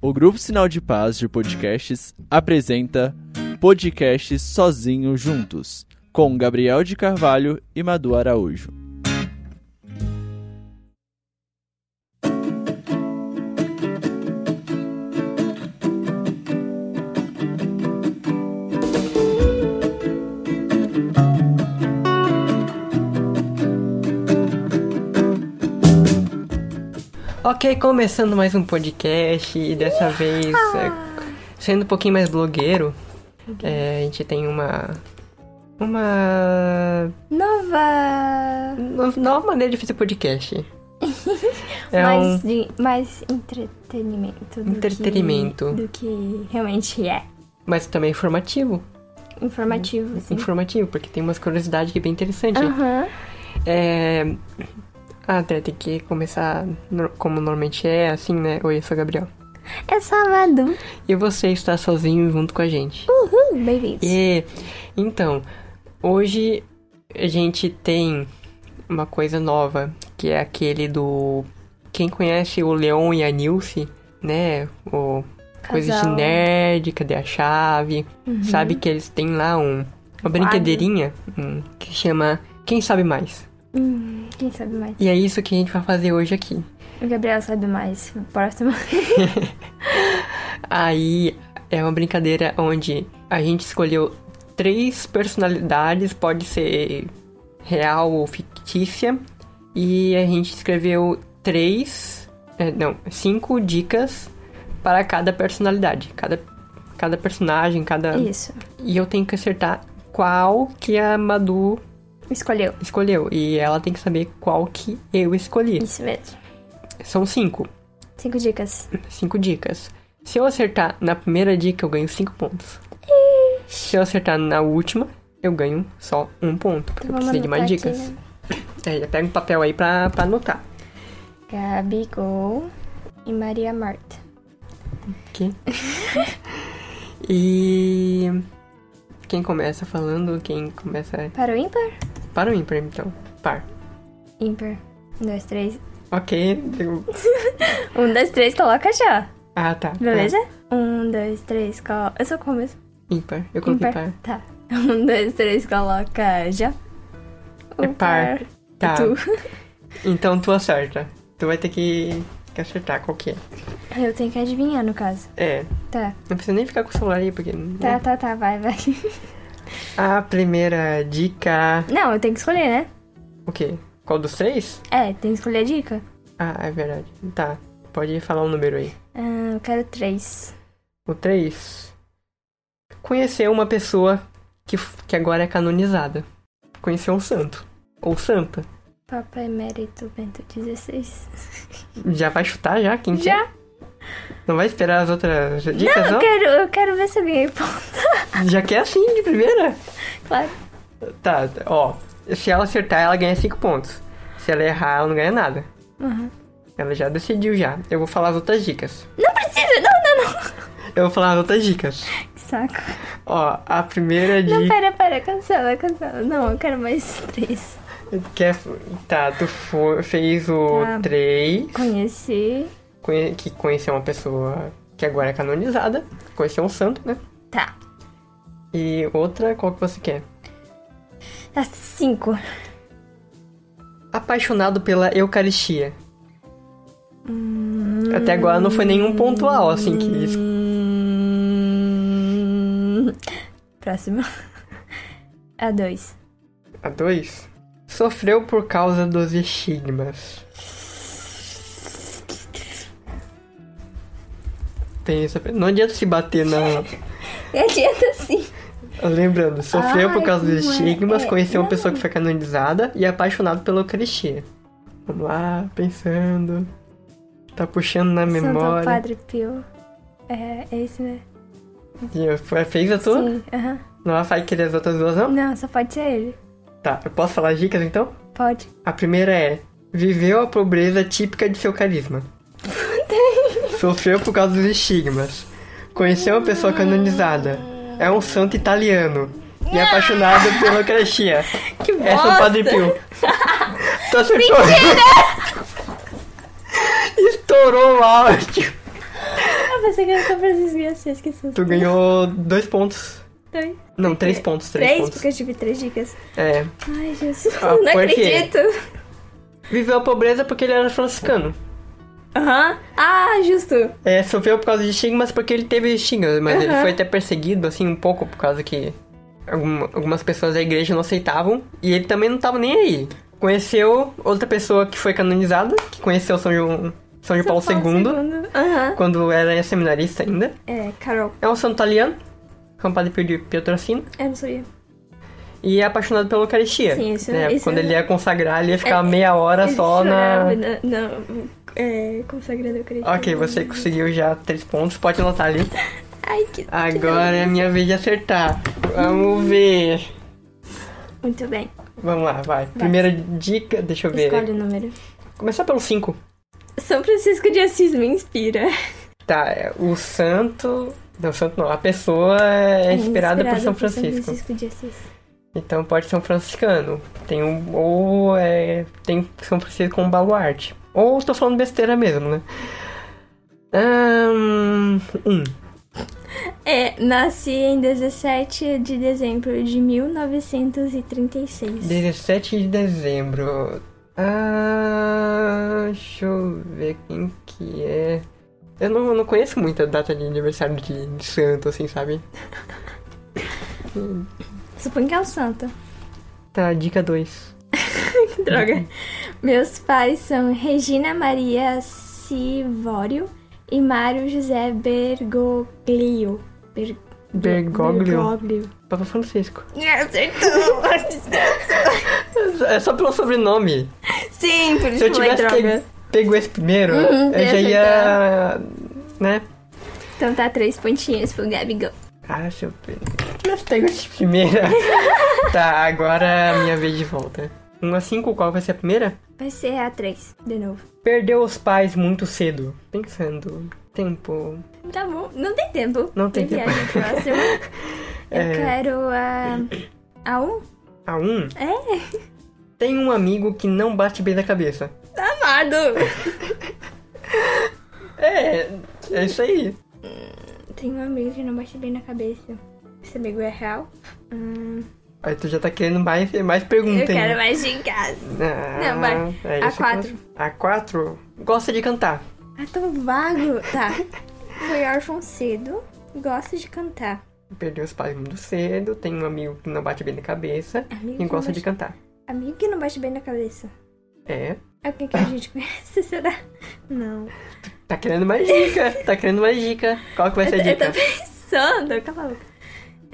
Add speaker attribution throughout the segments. Speaker 1: O Grupo Sinal de Paz de Podcasts apresenta Podcasts Sozinho Juntos, com Gabriel de Carvalho e Madu Araújo.
Speaker 2: Ok, começando mais um podcast e dessa vez é, sendo um pouquinho mais blogueiro, é, a gente tem uma uma
Speaker 3: Nova!
Speaker 2: no- nova maneira de fazer podcast. É
Speaker 3: mais,
Speaker 2: um
Speaker 3: de- mais entretenimento. Do
Speaker 2: Entretenimento.
Speaker 3: Que, do que realmente é.
Speaker 2: mas também informativo,
Speaker 3: Informativo, sim. Ah.
Speaker 2: informativo, porque tem umas curiosidades que é bem interessante.
Speaker 3: Aham.
Speaker 2: É, ah, até tem que começar no- como normalmente é, assim, né? Oi, eu sou o Gabriel.
Speaker 3: É sábado.
Speaker 2: E você está sozinho junto com a gente.
Speaker 3: Uhul, babies.
Speaker 2: E então, hoje a gente tem uma coisa nova, que é aquele do quem conhece o Leon e a Nilce, né? O coisa de
Speaker 3: Casal.
Speaker 2: nerd, cadê a chave? Sabe que eles têm lá um uma brincadeirinha hum, que chama quem sabe mais.
Speaker 3: Hum, quem sabe mais?
Speaker 2: E é isso que a gente vai fazer hoje aqui.
Speaker 3: O Gabriel sabe mais. Próximo.
Speaker 2: Aí é uma brincadeira onde a gente escolheu três personalidades, pode ser real ou fictícia, e a gente escreveu três, é, não, cinco dicas para cada personalidade, cada, cada personagem, cada.
Speaker 3: Isso.
Speaker 2: E eu tenho que acertar qual que a Madu
Speaker 3: Escolheu.
Speaker 2: escolheu, e ela tem que saber qual que eu escolhi.
Speaker 3: Isso mesmo.
Speaker 2: São cinco,
Speaker 3: Cinco dicas.
Speaker 2: cinco dicas. Se eu acertar na primeira dica, eu ganho cinco pontos. Se eu acertar na última, eu ganho só um ponto, porque eu
Speaker 3: Então
Speaker 2: precisei
Speaker 3: vamos
Speaker 2: de mais
Speaker 3: anotar
Speaker 2: dicas.
Speaker 3: aqui, né?
Speaker 2: É, já pega um papel aí pra, pra anotar.
Speaker 3: Gabigol e Maria Marta.
Speaker 2: Aqui. e. Quem começa falando, quem começa. é
Speaker 3: Para o ímpar?
Speaker 2: Para o ímpar, então. Par.
Speaker 3: Ímpar. Um, dois, três.
Speaker 2: Ok. deu-
Speaker 3: Um, dois, três, coloca já.
Speaker 2: Ah, tá.
Speaker 3: Beleza? Um, dois, três, coloca. Eu sou como mesmo?
Speaker 2: É, ímpar. Eu coloquei par.
Speaker 3: Tá. Um, dois, três, coloca já.
Speaker 2: É
Speaker 3: O
Speaker 2: par. Tá.
Speaker 3: Tu.
Speaker 2: Então tu acerta. Tu vai ter que, que acertar qual que é.
Speaker 3: Eu tenho que adivinhar, no caso.
Speaker 2: É.
Speaker 3: Tá.
Speaker 2: Não precisa nem ficar com o celular aí, porque. né?
Speaker 3: Tá, tá, tá. Vai, vai.
Speaker 2: A primeira dica.
Speaker 3: Não, eu tenho que escolher, né?
Speaker 2: O quê? Qual dos três?
Speaker 3: É, tem que escolher a dica.
Speaker 2: Ah, é verdade. Tá. Pode falar um número aí.
Speaker 3: Ah, eu quero três.
Speaker 2: O três. Conhecer uma pessoa que, f- que agora é canonizada. Conhecer um santo. Ou santa.
Speaker 3: Papa Emérito Bento XVI.
Speaker 2: Já vai chutar já? Quem que
Speaker 3: Já?
Speaker 2: é? Não vai esperar as outras dicas,
Speaker 3: Não,
Speaker 2: não?
Speaker 3: eu quero, eu quero ver se eu ganhei ponto.
Speaker 2: Já quer assim, de primeira?
Speaker 3: claro.
Speaker 2: Tá, ó. Se ela acertar, ela ganha cinco pontos. Se ela errar, ela não ganha nada.
Speaker 3: Uhum.
Speaker 2: Ela já decidiu já. Eu vou falar as outras dicas.
Speaker 3: Não precisa, não, não, não.
Speaker 2: Eu vou falar as outras dicas.
Speaker 3: Que saco.
Speaker 2: Ó, a primeira
Speaker 3: Não,
Speaker 2: dica.
Speaker 3: pera, pera, cancela, cancela. Não, eu quero mais três.
Speaker 2: que é- Tá, tu fo- fez o
Speaker 3: Tá.
Speaker 2: 3,
Speaker 3: Conheci.
Speaker 2: que conheceu uma pessoa que agora é canonizada, conheceu um santo, né?
Speaker 3: Tá.
Speaker 2: E outra, qual que você quer?
Speaker 3: Tá cinco.
Speaker 2: Apaixonado pela Eucaristia. Até agora não foi nenhum pontual, assim, que isso.
Speaker 3: Hum... Próximo. A dois.
Speaker 2: A 2. Sofreu por causa dos estigmas. Pensa, não adianta se bater na.
Speaker 3: E adianta assim. tá sim.
Speaker 2: Lembrando, sofreu
Speaker 3: Ai,
Speaker 2: por causa dos
Speaker 3: como é-
Speaker 2: estigmas,
Speaker 3: é,
Speaker 2: conheceu uma
Speaker 3: não.
Speaker 2: pessoa que foi canonizada e é apaixonado pela Eucaristia. Vamos lá, pensando. Tá puxando na
Speaker 3: Santo
Speaker 2: memória.
Speaker 3: Padre Pio. É, é esse, né?
Speaker 2: E foi- Fez a tua?
Speaker 3: Sim. aham.
Speaker 2: Não vai querer as outras duas, não?
Speaker 3: Não, só pode ser ele.
Speaker 2: Tá, eu posso falar as dicas então?
Speaker 3: Pode.
Speaker 2: A primeira é: viveu a pobreza típica de seu carisma. Sofreu por causa dos estigmas. Conheceu uma pessoa canonizada. É um santo italiano. E
Speaker 3: Ah!
Speaker 2: é apaixonado pela Eucaristia.
Speaker 3: Que
Speaker 2: É São Padre Pio. Tá Tu acertou. Estourou o áudio.
Speaker 3: Ah, mas pensei que era só pra desviar, eu esqueci.
Speaker 2: Tu ganhou dois pontos.
Speaker 3: Dois.
Speaker 2: Não, três pontos, três,
Speaker 3: Tá Três,
Speaker 2: pontos.
Speaker 3: porque eu tive três dicas.
Speaker 2: É.
Speaker 3: Ai, Jesus,
Speaker 2: Ah,
Speaker 3: não
Speaker 2: por quê?
Speaker 3: acredito.
Speaker 2: Viveu a pobreza porque ele era franciscano.
Speaker 3: Aham. Ah, justo.
Speaker 2: É, sofreu por causa de estigmas porque ele teve estigmas, mas ele
Speaker 3: Aham.
Speaker 2: foi até perseguido, assim, um pouco, por causa que algum- algumas pessoas da igreja não aceitavam, e ele também não tava nem aí. Conheceu outra pessoa que foi canonizada, que conheceu São João, São João Paulo, II,
Speaker 3: Aham.
Speaker 2: quando era seminarista ainda.
Speaker 3: É, Carol.
Speaker 2: É um santo italiano, rampado de Pietrocina,
Speaker 3: Eu não sabia.
Speaker 2: e é apaixonado pela Eucaristia.
Speaker 3: Sim, isso-
Speaker 2: né?
Speaker 3: isso-
Speaker 2: Quando ele ia consagrar, ele ia ficar
Speaker 3: É,
Speaker 2: meia hora Tá só na...
Speaker 3: Chorava né? na- Não, é, consagrando eu acredito.
Speaker 2: Ok, você conseguiu já três pontos, pode anotar ali.
Speaker 3: Ai, que...
Speaker 2: Agora é a minha vez de acertar. Vamos ver.
Speaker 3: Muito bem.
Speaker 2: é Vamos lá, vai. Primeira dica, deixa eu ver.
Speaker 3: Escolhe o número.
Speaker 2: Começar pelo 5.
Speaker 3: São Francisco de Assis me inspira.
Speaker 2: Tá, é, o santo. Não, o santo não. A pessoa é inspirada, por São Francisco.
Speaker 3: de Assis.
Speaker 2: Então pode ser um franciscano. Tem um. Ou é, tem São Francisco como baluarte. Ou tô falando besteira mesmo, né? Ahn, um.
Speaker 3: É, nasci em 17 de dezembro de 1936.
Speaker 2: 17 de dezembro. Ah, deixa eu ver quem que é. Eu não, eu não conheço muito a data de aniversário de, de santo, assim, sabe?
Speaker 3: Suponho que é o santo.
Speaker 2: Tá, dica 2.
Speaker 3: Droga. Meus pais são Regina Maria Sivório e Mário José Bergoglio. Ber...
Speaker 2: Bergoglio.
Speaker 3: Bergoglio.
Speaker 2: Papa Francisco.
Speaker 3: Acertou!
Speaker 2: É só pelo sobrenome.
Speaker 3: Sim, por isso
Speaker 2: Se eu
Speaker 3: que falei
Speaker 2: tivesse
Speaker 3: droga.
Speaker 2: pego, pego esse primeiro,
Speaker 3: Uhum,
Speaker 2: eu já
Speaker 3: ia
Speaker 2: ia. Né?
Speaker 3: Então tá três pontinhos pro Gabigol.
Speaker 2: Cara, se eu pe- se eu tivesse pego esse primeiro. tá, agora é a minha vez de volta. 1 a 5, qual vai ser a primeira?
Speaker 3: Vai ser a três, de novo.
Speaker 2: Perdeu os pais muito cedo. Pensando. Tempo.
Speaker 3: Tá bom, não tem tempo.
Speaker 2: Não tem
Speaker 3: Tem
Speaker 2: tempo.
Speaker 3: viagem próxima. Eu
Speaker 2: É.
Speaker 3: quero a... A um?
Speaker 2: A um,
Speaker 3: É,
Speaker 2: tem um amigo que não bate bem na cabeça.
Speaker 3: amado!
Speaker 2: É, é isso aí.
Speaker 3: Tem um amigo que não bate bem na cabeça. Esse amigo é real? Hum,
Speaker 2: Aí tu já tá querendo mais, mais
Speaker 3: eu
Speaker 2: perguntas.
Speaker 3: quero
Speaker 2: hein?
Speaker 3: mais dicas.
Speaker 2: Ah,
Speaker 3: Não, vai.
Speaker 2: é
Speaker 3: A
Speaker 2: isso que
Speaker 3: quatro.
Speaker 2: eu- A quatro? Gosta de cantar.
Speaker 3: Ah, tão vago. Tá. Foi órfão cedo. Gosta de cantar.
Speaker 2: Perdeu os pais muito cedo, tem um amigo que não bate bem na cabeça
Speaker 3: Amigo que
Speaker 2: e
Speaker 3: não
Speaker 2: gosta
Speaker 3: bate-
Speaker 2: de cantar.
Speaker 3: Amigo que não bate bem na cabeça.
Speaker 2: É.
Speaker 3: É alguém que a gente conhece, será? Não.
Speaker 2: Tá querendo mais dica, tá querendo mais dica. Qual que vai ser é a
Speaker 3: Eu tô
Speaker 2: dica?
Speaker 3: pensando. Cala a boca.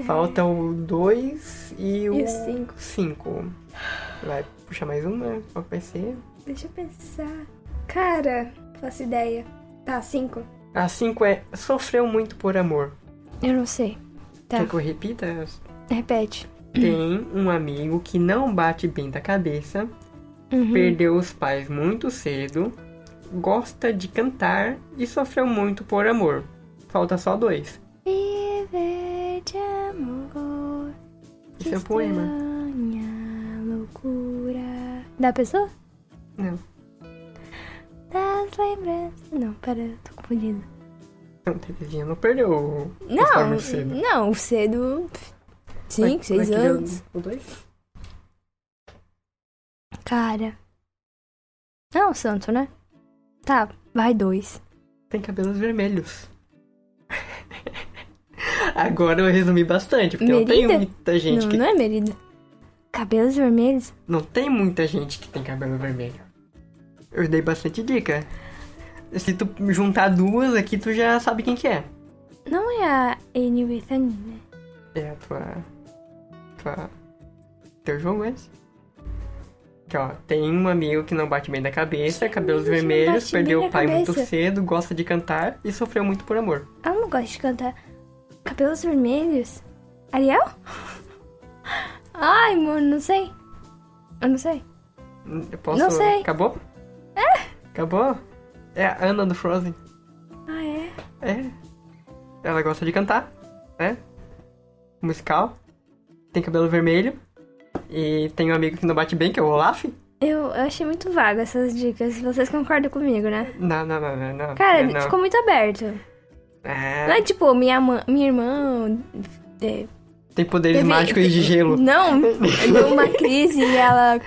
Speaker 2: Falta o 2 e
Speaker 3: E o
Speaker 2: o
Speaker 3: cinco.
Speaker 2: 5. Vai puxar mais uma? Qual que vai ser?
Speaker 3: Deixa eu pensar. Cara, faço ideia. Tá, cinco.
Speaker 2: A 5 é sofreu muito por amor.
Speaker 3: Eu não sei. Tá.
Speaker 2: Quer que eu repita?
Speaker 3: Repete.
Speaker 2: Tem um amigo que não bate bem da cabeça,
Speaker 3: Uhum.
Speaker 2: perdeu os pais muito cedo, gosta de cantar e sofreu muito por amor. Falta só dois.
Speaker 3: Viver de amor.
Speaker 2: Isso é um poema.
Speaker 3: Estranha loucura. Da pessoa?
Speaker 2: Não.
Speaker 3: Das lembranças. Não, pera, eu tô confundida.
Speaker 2: Não, Terezinha Então, não perdeu. Gostava
Speaker 4: Não,
Speaker 2: muito é cedo.
Speaker 4: não, cedo. 5, 6
Speaker 2: Como é que deu
Speaker 4: anos.
Speaker 2: O dois?
Speaker 3: Cara. Não, santo, né? Tá, vai dois.
Speaker 2: Tem cabelos vermelhos. Agora eu resumi bastante, porque não tem
Speaker 4: Merida?
Speaker 2: muita gente
Speaker 4: Não,
Speaker 2: que.
Speaker 3: né?
Speaker 4: não é Merida.
Speaker 3: Cabelos vermelhos?
Speaker 2: Não tem muita gente que tem cabelo vermelho. Eu dei bastante dica. Se tu juntar duas aqui, tu já sabe quem que é.
Speaker 3: Não é a Anne Bethany, né?
Speaker 2: É a tua. Tua. Teu jogo é esse? Aqui, ó. Tem um amigo que não bate bem da cabeça,
Speaker 3: Tem um
Speaker 2: cabelos
Speaker 3: amigo que não
Speaker 2: vermelhos,
Speaker 3: bate bem
Speaker 2: perdeu
Speaker 3: na
Speaker 2: o pai muito
Speaker 3: cabeça.
Speaker 2: cedo, gosta de cantar e sofreu muito por amor.
Speaker 3: Ela não gosta de cantar. Cabelos vermelhos? Ariel? Ai, mano, não sei. Eu não sei.
Speaker 2: Hum, Eu posso.
Speaker 3: Não sei.
Speaker 2: Acabou? É? Acabou? É a Ana do Frozen.
Speaker 3: Ah, é?
Speaker 2: É. Ela gosta de cantar, né? Musical. Tem cabelo vermelho. E tem um amigo que não bate bem, que é o Olaf.
Speaker 3: Eu, eu achei muito vago essas dicas. Vocês concordam comigo, né?
Speaker 2: Não, não, não, não. não.
Speaker 3: Cara,
Speaker 2: não.
Speaker 3: ficou muito aberto.
Speaker 2: Ah,
Speaker 3: Não é tipo, minha, mãe, minha irmã. é,
Speaker 2: tem poderes
Speaker 3: teve-
Speaker 2: mágicos de gelo.
Speaker 3: Não, deu uma crise e ela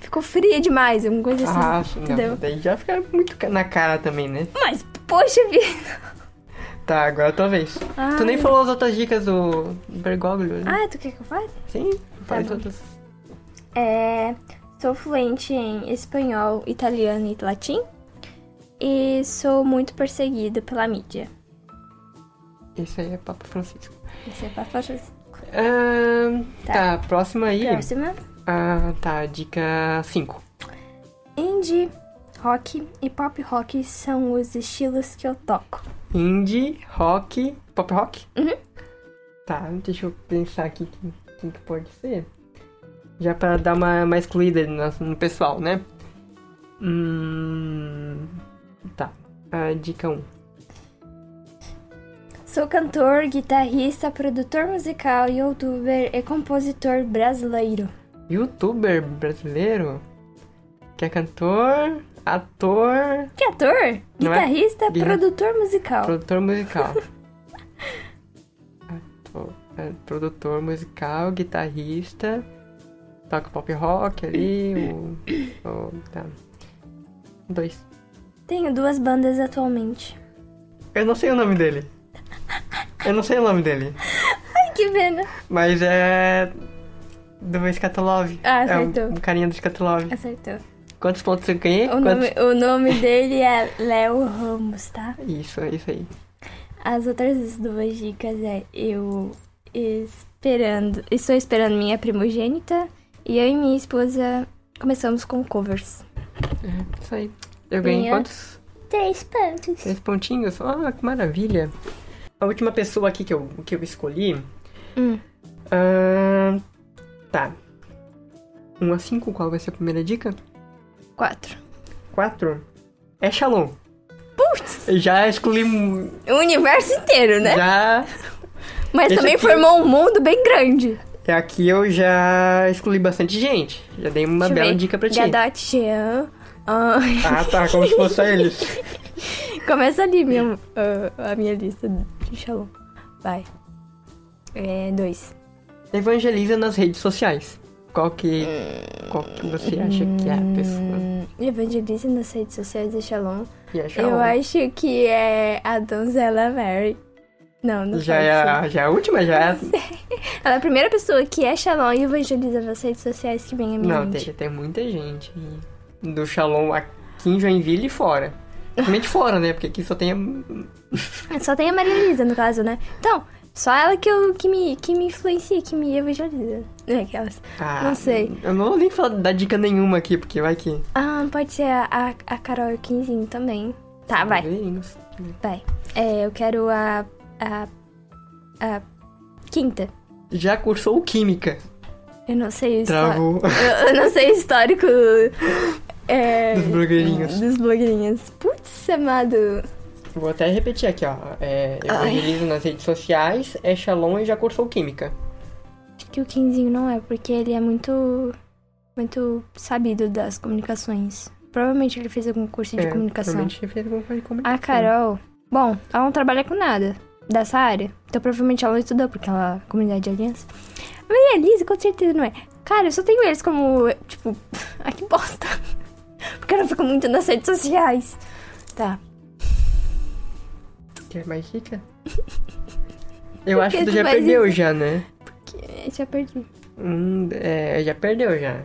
Speaker 3: ficou fria demais, alguma coisa assim.
Speaker 2: Ah,
Speaker 3: entendeu?
Speaker 2: não, daí já fica muito ca- na cara também, né?
Speaker 3: Mas, poxa vida.
Speaker 2: Tá, agora é tua vez. Tu nem falou as outras dicas do do Bergoglio, né?
Speaker 5: Ah, tu quer que eu fale?
Speaker 2: Sim, faz
Speaker 3: Tá
Speaker 5: bom.
Speaker 2: todas.
Speaker 5: É, sou fluente em espanhol, italiano e latim. E sou muito perseguida pela mídia.
Speaker 2: Isso aí é Papa Francisco.
Speaker 5: Você vai fazer isso.
Speaker 2: Ahn,
Speaker 5: Tá.
Speaker 2: tá. próxima aí.
Speaker 5: Próxima.
Speaker 2: Ah, tá, dica 5.
Speaker 5: Indie, rock e pop rock são os estilos que eu toco.
Speaker 2: Indie, rock, pop rock? Uhum. Tá, deixa eu pensar aqui quem, quem que pode ser. Já pra dar uma, uma excluída no, no pessoal, né? Hum, tá, Ah, dica 1. Um.
Speaker 5: Sou cantor, guitarrista, produtor musical, youtuber e compositor brasileiro.
Speaker 2: Youtuber brasileiro que é cantor, ator,
Speaker 5: Que ator?
Speaker 2: Não é?
Speaker 5: Guitarrista,
Speaker 2: Guia-
Speaker 5: produtor musical.
Speaker 2: produtor musical. ator, é, produtor musical, guitarrista, toca pop rock ali, o, o- tá. Dois.
Speaker 5: Tenho duas bandas atualmente.
Speaker 2: Eu não sei o nome dele. Eu não sei o nome dele.
Speaker 5: Ai, que pena.
Speaker 2: Mas é. Do Skatolov.
Speaker 5: Ah,
Speaker 2: é um,
Speaker 5: acertou.
Speaker 2: um carinha do Skatolov.
Speaker 5: Acertou.
Speaker 2: Quantos pontos eu ganhei?
Speaker 5: O
Speaker 2: Quantos-
Speaker 5: nome, o nome dele é Léo Ramos, tá?
Speaker 2: Isso, é isso aí.
Speaker 5: As outras duas dicas é eu esperando. Estou esperando minha primogênita. E eu e minha esposa começamos com covers.
Speaker 2: É, isso aí. Eu ganhei
Speaker 5: Minha.
Speaker 2: quantos?
Speaker 5: Três pontos.
Speaker 2: Três pontinhos? Ah, que maravilha. A última pessoa aqui que eu, que eu escolhi.
Speaker 5: Hum.
Speaker 2: Ah, tá. 1 a 5, qual vai ser a primeira dica?
Speaker 5: Quatro.
Speaker 2: 4. É Shalom. Putz! Já excluí. um-
Speaker 3: O universo inteiro, né?
Speaker 2: Já.
Speaker 3: Mas
Speaker 2: Esse
Speaker 3: também
Speaker 2: aqui-
Speaker 3: formou um mundo bem grande.
Speaker 2: é Aqui eu já excluí bastante gente. Já dei uma
Speaker 3: Deixa eu
Speaker 2: bela
Speaker 3: ver.
Speaker 2: dica pra ti.
Speaker 3: Gadot, Jean. ah,
Speaker 2: Ah, tá. Como se fosse eles.
Speaker 3: começa ali minha, ah, a minha lista de Shalom. Vai. É, dois.
Speaker 2: Evangeliza nas redes sociais. Qual que. Qual que você acha que é a pessoa
Speaker 3: Hum, evangeliza nas redes sociais de Shalom.
Speaker 2: que é Shalom?
Speaker 3: Eu acho que é a donzela Mary. Não, não
Speaker 2: Já
Speaker 3: pode
Speaker 2: é,
Speaker 3: ser.
Speaker 2: a, já é a última? Já é a-
Speaker 3: Ela é a primeira pessoa que é Shalom e evangeliza nas redes sociais que vem a minha
Speaker 2: Não,
Speaker 3: mente.
Speaker 2: tem, tem muita gente do Shalom aqui em Joinville e fora. Principalmente fora, né? Porque aqui só tem. a-
Speaker 3: Ah, Só tem a Maria Elisa, no caso, né? Então, só ela que, eu, que, me, que me influencia, que me evangeliza. Não é aquelas.
Speaker 2: Ah,
Speaker 3: Não sei.
Speaker 2: Eu não vou nem falar, dar dica nenhuma aqui, porque vai que.
Speaker 3: Ah, pode ser a, a, a Carol Quinzinho também. Tá, vai.
Speaker 2: Talvez.
Speaker 3: Vai. É, eu quero a. a. a quinta.
Speaker 2: Já cursou Química.
Speaker 3: Eu não sei o
Speaker 2: Travou
Speaker 3: histórico. Eu, eu não sei o histórico. é,
Speaker 2: dos blogueirinhos.
Speaker 3: dos blogueirinhos. Putz, amado.
Speaker 2: Vou até repetir aqui, ó. É, evangelizo nas redes sociais, é Shalom e já cursou Química.
Speaker 3: Acho que o Quinzinho não é, porque ele é muito. muito sabido das comunicações. Provavelmente ele fez algum curso de
Speaker 2: É,
Speaker 3: comunicação.
Speaker 2: provavelmente fez alguma coisa de
Speaker 3: A
Speaker 2: comunicação.
Speaker 3: Carol, bom, ela não trabalha com nada dessa área. Então provavelmente ela não estudou, porque ela é comunidade de aliança. A Maria Elisa, com certeza não é. Cara, eu só tenho eles como, tipo, ai que bosta. Porque eu não fico muito nas redes sociais. Tá.
Speaker 2: Quer mais dica? Eu acho que
Speaker 3: Ah. que
Speaker 2: tu
Speaker 3: tu
Speaker 2: já
Speaker 3: faz
Speaker 2: perdeu
Speaker 3: isso?
Speaker 2: já, né?
Speaker 3: que- é, Já perdi.
Speaker 2: Hum, é, já perdeu já.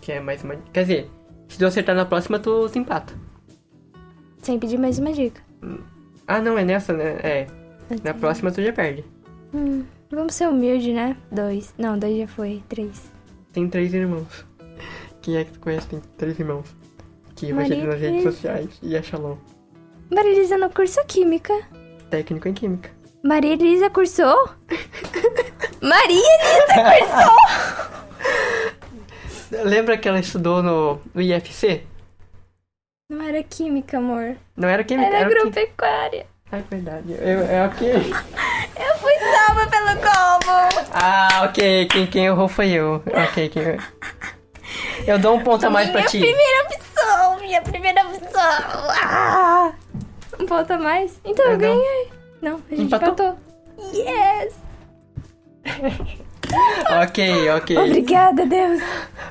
Speaker 2: Quer mais uma. Quer dizer, se tu acertar na próxima, tu se empata.
Speaker 3: Sem pedir mais uma dica.
Speaker 2: Ah, não, é nessa, né? É. Na próxima tu já perde.
Speaker 3: Hum, vamos ser humilde, né? Dois. Não, dois já foi. Três.
Speaker 2: Tem três irmãos. Quem é que tu conhece? que Tem três irmãos. Que vai
Speaker 3: Maria
Speaker 2: ser nas redes
Speaker 3: Teresa.
Speaker 2: sociais. E a Shalom.
Speaker 3: Maria Elisa não cursou química.
Speaker 2: Técnico em Química.
Speaker 3: Maria Elisa cursou? Maria Elisa cursou!
Speaker 2: Lembra que ela estudou no, no IFC?
Speaker 3: Não era química, amor.
Speaker 2: Não era Química? o
Speaker 3: Era
Speaker 2: quê?
Speaker 3: agropecuária.
Speaker 2: Ai, verdade. Eu, é o quê?
Speaker 3: Eu fui salva pelo combo!
Speaker 2: Ah, ok. Quem, quem errou foi eu. Ok, quem Eu dou um ponto a mais pra
Speaker 3: minha
Speaker 2: ti.
Speaker 3: primeira opção! Minha primeira opção! Ah! Não falta mais? Então eu
Speaker 2: Perdão.
Speaker 3: ganhei.
Speaker 4: Não, a gente
Speaker 2: Empatou.
Speaker 4: empatou. Yes!
Speaker 2: ok, ok.
Speaker 4: Obrigada, Deus!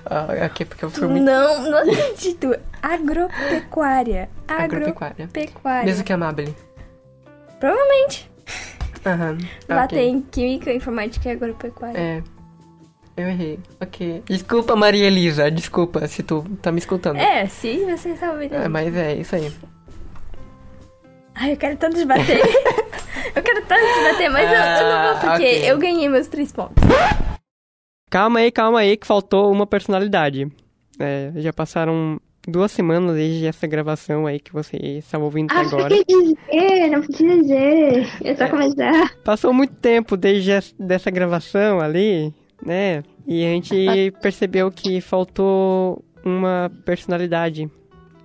Speaker 2: Ah, ok, porque eu fui muito
Speaker 4: Não, não acredito. Agropecuária. Agropecuária.
Speaker 2: agropecuária. Mesmo que amável.
Speaker 4: Provavelmente.
Speaker 2: Aham.
Speaker 4: Lá
Speaker 2: Ah, ok.
Speaker 4: tem química, informática e agropecuária.
Speaker 2: É. Eu errei. Ok. Desculpa, Maria Elisa. Desculpa se tu tá me escutando.
Speaker 4: É, se você tá ouvindo.
Speaker 2: É, mas é isso aí.
Speaker 4: Ai, eu quero tanto te bater. eu quero tanto te bater, mas eu- eu, não vou
Speaker 2: Ah,
Speaker 4: porque
Speaker 2: ok.
Speaker 4: eu ganhei meus três pontos.
Speaker 2: Calma aí, calma aí, que faltou uma personalidade. É, já passaram duas semanas desde essa gravação aí que você estava ouvindo até
Speaker 6: Ah,
Speaker 2: agora.
Speaker 6: fiquei dizer, não podia dizer. É só começar.
Speaker 2: Passou muito tempo desde es- dessa gravação ali, né? E a gente percebeu que faltou uma personalidade.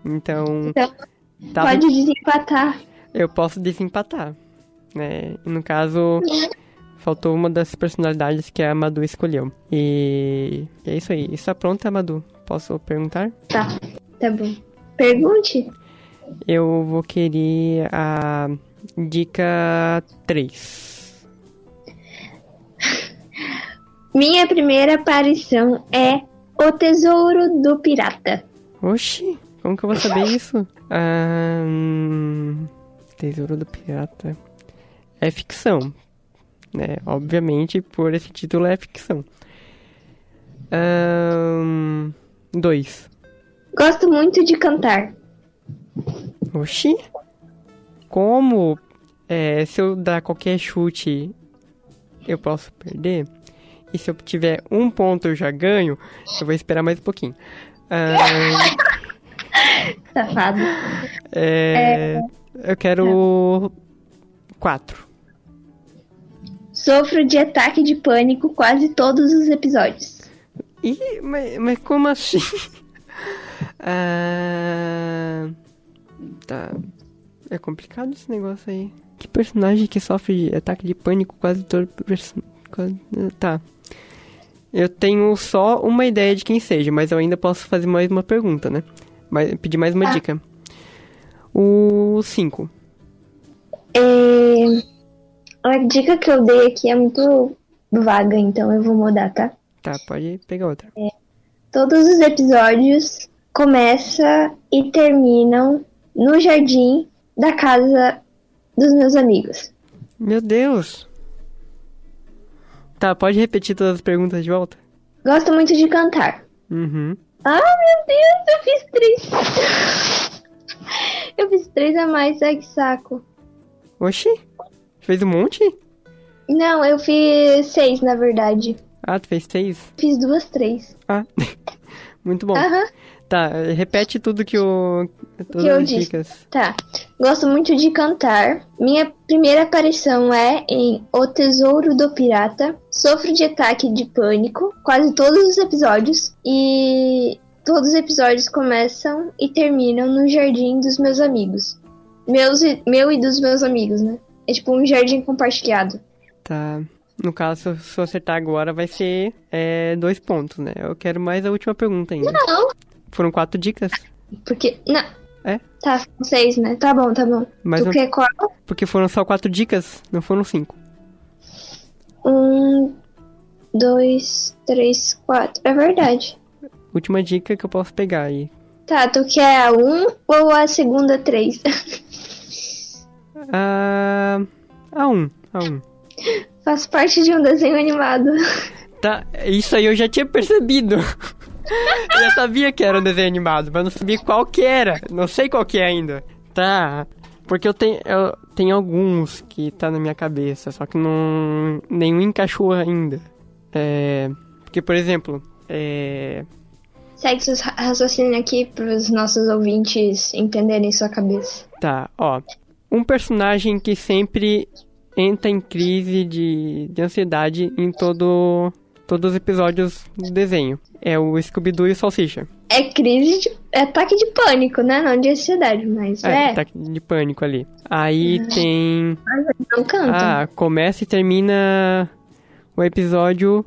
Speaker 2: Então,
Speaker 6: Então,
Speaker 2: tava-
Speaker 6: pode desempatar.
Speaker 2: eu posso desempatar, né? E no caso, faltou uma das personalidades que a Madu escolheu. E e é isso aí. Está pronta, Madu? Posso perguntar?
Speaker 6: Tá, tá bom. Pergunte.
Speaker 2: Eu vou querer a dica 3.
Speaker 6: Minha primeira aparição é O Tesouro do Pirata.
Speaker 2: Oxi, como que eu vou saber isso? Ah, hum, Tesouro do Pirata. É ficção. Né? Obviamente, por esse título é ficção. 2.
Speaker 6: Gosto muito de cantar.
Speaker 2: Oxi! Como? É, se eu dar qualquer chute, eu posso perder? E se eu tiver um ponto, eu já ganho? Eu vou esperar mais um pouquinho. Ah,
Speaker 6: Safado.
Speaker 2: é, eu quero.
Speaker 6: Tá.
Speaker 2: Quatro.
Speaker 6: Sofro de ataque de pânico quase todos os episódios.
Speaker 2: Ih, mas, mas como assim? Ah, tá. É complicado esse negócio aí. Que personagem que sofre de ataque de pânico quase todo. perso- quase- Tá. Eu tenho só uma ideia de quem seja, mas eu ainda posso fazer mais uma pergunta, né? Mas, pedir mais uma dica. O 5.
Speaker 6: É, A dica que eu dei aqui é muito vaga, então eu vou mudar, tá?
Speaker 2: Tá, pode pegar outra.
Speaker 6: Todos os episódios começam e terminam no jardim da casa dos meus amigos.
Speaker 2: Meu Deus! Tá, pode repetir todas as perguntas de volta?
Speaker 6: Gosto muito de cantar.
Speaker 2: Uhum.
Speaker 6: Ah, meu Deus, eu fiz três. eu fiz três a mais, ai que saco.
Speaker 2: Oxi! Fez um monte?
Speaker 6: Não, eu fiz seis, na verdade.
Speaker 2: Ah, tu fez seis?
Speaker 6: Fiz duas, três.
Speaker 2: Ah, muito bom.
Speaker 6: Aham,
Speaker 2: Tá, repete tudo que o. Todas
Speaker 6: eu
Speaker 2: as
Speaker 6: disse.
Speaker 2: dicas.
Speaker 6: tá. Gosto muito de cantar. Minha primeira aparição é em O Tesouro do Pirata. Sofro de ataque de pânico quase todos os episódios. E todos os episódios começam e terminam no jardim dos meus amigos. Meus e- meu e dos meus amigos, né? É tipo um jardim compartilhado.
Speaker 2: Tá. No caso, se eu acertar agora, vai ser é, dois pontos, né? Eu quero mais a última pergunta ainda.
Speaker 6: Não,
Speaker 2: Foram quatro dicas.
Speaker 6: porque. Não.
Speaker 2: É?
Speaker 6: Tá, são seis, né? Tá bom, tá bom.
Speaker 2: Mas
Speaker 6: tu
Speaker 2: não-
Speaker 6: quer qual?
Speaker 2: Porque foram só quatro dicas, não foram cinco.
Speaker 6: Um, dois, três, quatro. É verdade.
Speaker 2: Última dica que eu posso pegar aí.
Speaker 6: Tá, tu quer a um ou a segunda três?
Speaker 2: Ah. A um, a um.
Speaker 6: Faço parte de um desenho animado.
Speaker 2: Tá, isso aí eu já tinha percebido. eu já sabia que era um desenho animado, mas não sabia qual que era. Não sei qual que é ainda. Tá, porque eu tenho, eu tenho alguns que tá na minha cabeça, só que não nenhum encaixou ainda. É, porque por exemplo, é,
Speaker 6: Segue seus ra- raciocínio aqui pros nossos ouvintes entenderem sua cabeça.
Speaker 2: tá, ó, um personagem que sempre entra em crise de, de ansiedade em todo todos os episódios do desenho. É o Scooby-Doo e o Salsicha.
Speaker 6: É crise de. É ataque de pânico, né? Não de ansiedade, mas
Speaker 2: É,
Speaker 6: é.
Speaker 2: ataque de pânico ali. Aí tem.
Speaker 6: Não canta.
Speaker 2: Ah, começa e termina o episódio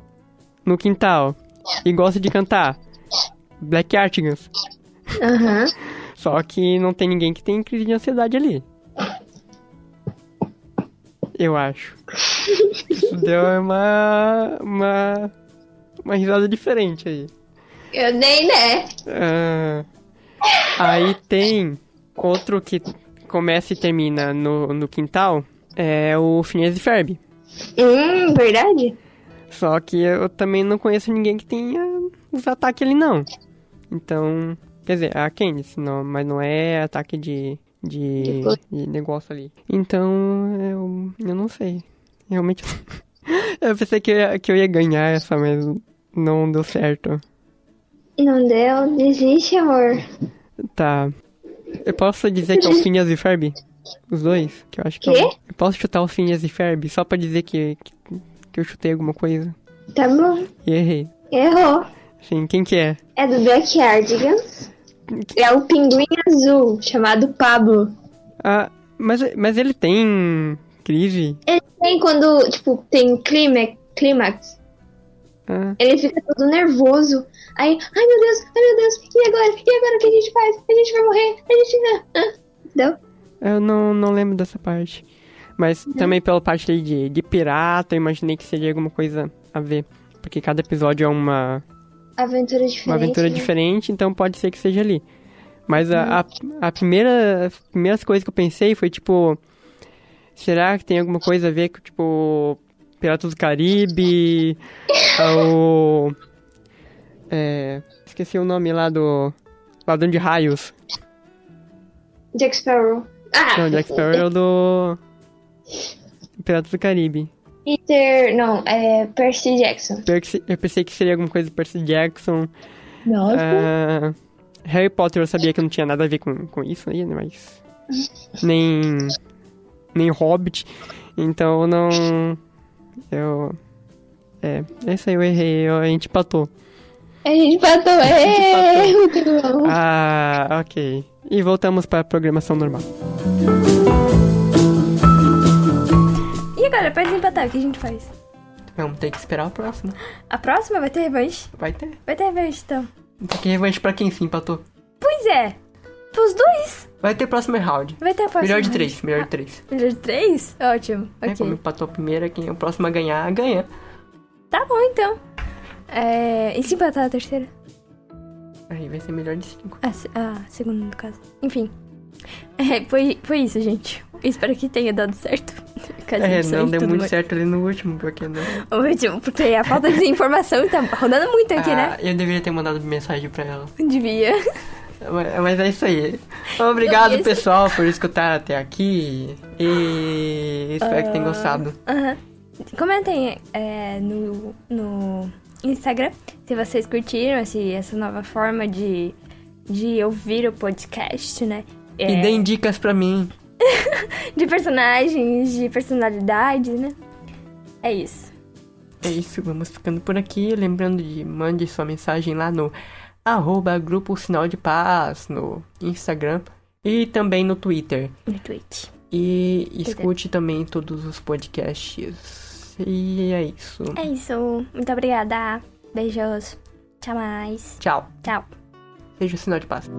Speaker 2: no quintal. E gosta de cantar. Black Artigans.
Speaker 6: Aham.
Speaker 2: Só que não tem ninguém que tem crise de ansiedade ali. eu acho. Isso deu uma, uma, uma risada diferente aí.
Speaker 6: Eu dei, né?
Speaker 2: Ah, aí tem outro que começa e termina no, no quintal, é o Phineas e Ferb.
Speaker 6: Hum, verdade?
Speaker 2: Só que eu também não conheço ninguém que tenha os ataques ali, não. Então, quer dizer, a Candice, não, mas não é ataque de, de,
Speaker 6: coisa.
Speaker 2: de negócio ali. Então, eu, eu não sei. Realmente, eu pensei que eu, ia, que eu ia ganhar essa, mas não deu certo.
Speaker 6: Não deu? Desiste, amor.
Speaker 2: Tá. Eu posso dizer que é o Phineas e Ferb? Os dois? Que eu acho que é o-
Speaker 6: Quê?
Speaker 2: Eu posso chutar o Phineas e Ferb só pra dizer que, que, que eu chutei alguma coisa.
Speaker 6: Tá bom.
Speaker 2: E errei.
Speaker 6: Errou.
Speaker 2: Sim, quem que é?
Speaker 6: É do Backyard, digamos. É o pinguim azul, chamado Pablo.
Speaker 2: Ah, mas, mas ele tem crise?
Speaker 6: Tem quando, tipo, tem clima- clímax,
Speaker 2: Ah,
Speaker 6: ele fica todo nervoso. Aí, ai meu Deus, ai meu Deus, e agora? E agora o que a gente faz? A gente vai morrer, a gente não. Ah, Entendeu?
Speaker 2: eu não, não lembro dessa parte. Mas também pela parte aí de, de pirata, eu imaginei que seria alguma coisa a ver. Porque cada episódio é uma,
Speaker 6: Aventura diferente.
Speaker 2: uma aventura
Speaker 6: né?
Speaker 2: diferente, então pode ser que seja ali. Mas a, a, a primeira, as primeiras coisas que eu pensei foi, tipo... Será que tem alguma coisa a ver com, tipo... Piratas do Caribe... o... É, esqueci o nome lá do... Ladrão de Raios.
Speaker 6: Jack Sparrow. Ah,
Speaker 2: Não, Jack Sparrow é o do... Piratas do Caribe.
Speaker 6: Peter. Não, é Percy Jackson.
Speaker 2: Pior que se- Eu pensei que seria alguma coisa do Percy Jackson.
Speaker 6: Nossa.
Speaker 2: Ah, Harry Potter eu sabia que não tinha nada a ver com, com isso aí, né? Mas. Nem. Nem Hobbit. Então não. Eu. É, é isso aí, eu errei, eu- a gente empatou.
Speaker 6: A gente empatou. É, muito bom.
Speaker 2: Ah, ok. E voltamos para a programação normal.
Speaker 3: E agora, pra desempatar, o que a gente faz?
Speaker 2: Vamos ter que esperar a próxima.
Speaker 3: A próxima vai ter revanche?
Speaker 2: Vai ter.
Speaker 3: Vai ter revanche, então.
Speaker 2: Tem que revanche pra quem sim empatou.
Speaker 3: Pois é. Pros dois.
Speaker 2: Vai ter próximo é round.
Speaker 3: Vai ter a próxima.
Speaker 2: Melhor de
Speaker 3: revanche.
Speaker 2: três, melhor de três.
Speaker 3: Melhor de três? Ótimo.
Speaker 2: É, como
Speaker 3: Ok.
Speaker 2: empatou a primeira, quem é o próximo a ganhar, ganha.
Speaker 3: Tá bom, então. É... E se empatar a terceira?
Speaker 2: Aí vai ser melhor de cinco.
Speaker 3: A, se- ah, a segunda, no caso. Enfim. É, foi, foi isso, gente. Espero que tenha dado certo. Com as
Speaker 2: É,
Speaker 3: edições
Speaker 2: não
Speaker 3: e
Speaker 2: deu
Speaker 3: tudo
Speaker 2: muito
Speaker 3: mais.
Speaker 2: certo ali no último, porque não.
Speaker 3: Ô, Edil, Porque a falta de informação tá rodando muito aqui, né?
Speaker 2: Ah, Eu deveria ter mandado mensagem pra ela.
Speaker 3: Devia.
Speaker 2: Mas- Mas é isso aí. Obrigado,
Speaker 3: Eu vi esse-
Speaker 2: pessoal, por escutar até aqui. E espero que tenham
Speaker 3: Ah,
Speaker 2: gostado.
Speaker 3: Aham. Comentem é, no, no Instagram se vocês curtiram esse, essa nova forma de, de ouvir o podcast, né? É,
Speaker 2: E deem dicas pra mim.
Speaker 3: De personagens, de personalidade, né? É isso.
Speaker 2: É isso, vamos ficando por aqui. Lembrando de mande sua mensagem lá no arroba grupo Sinal de Paz no Instagram e também no Twitter.
Speaker 3: No Twitch.
Speaker 2: E escute também todos os podcasts. E é isso.
Speaker 3: É isso. Muito obrigada. Beijos. Tchau mais.
Speaker 2: Tchau.
Speaker 3: Tchau.
Speaker 2: Seja o sinal de paz.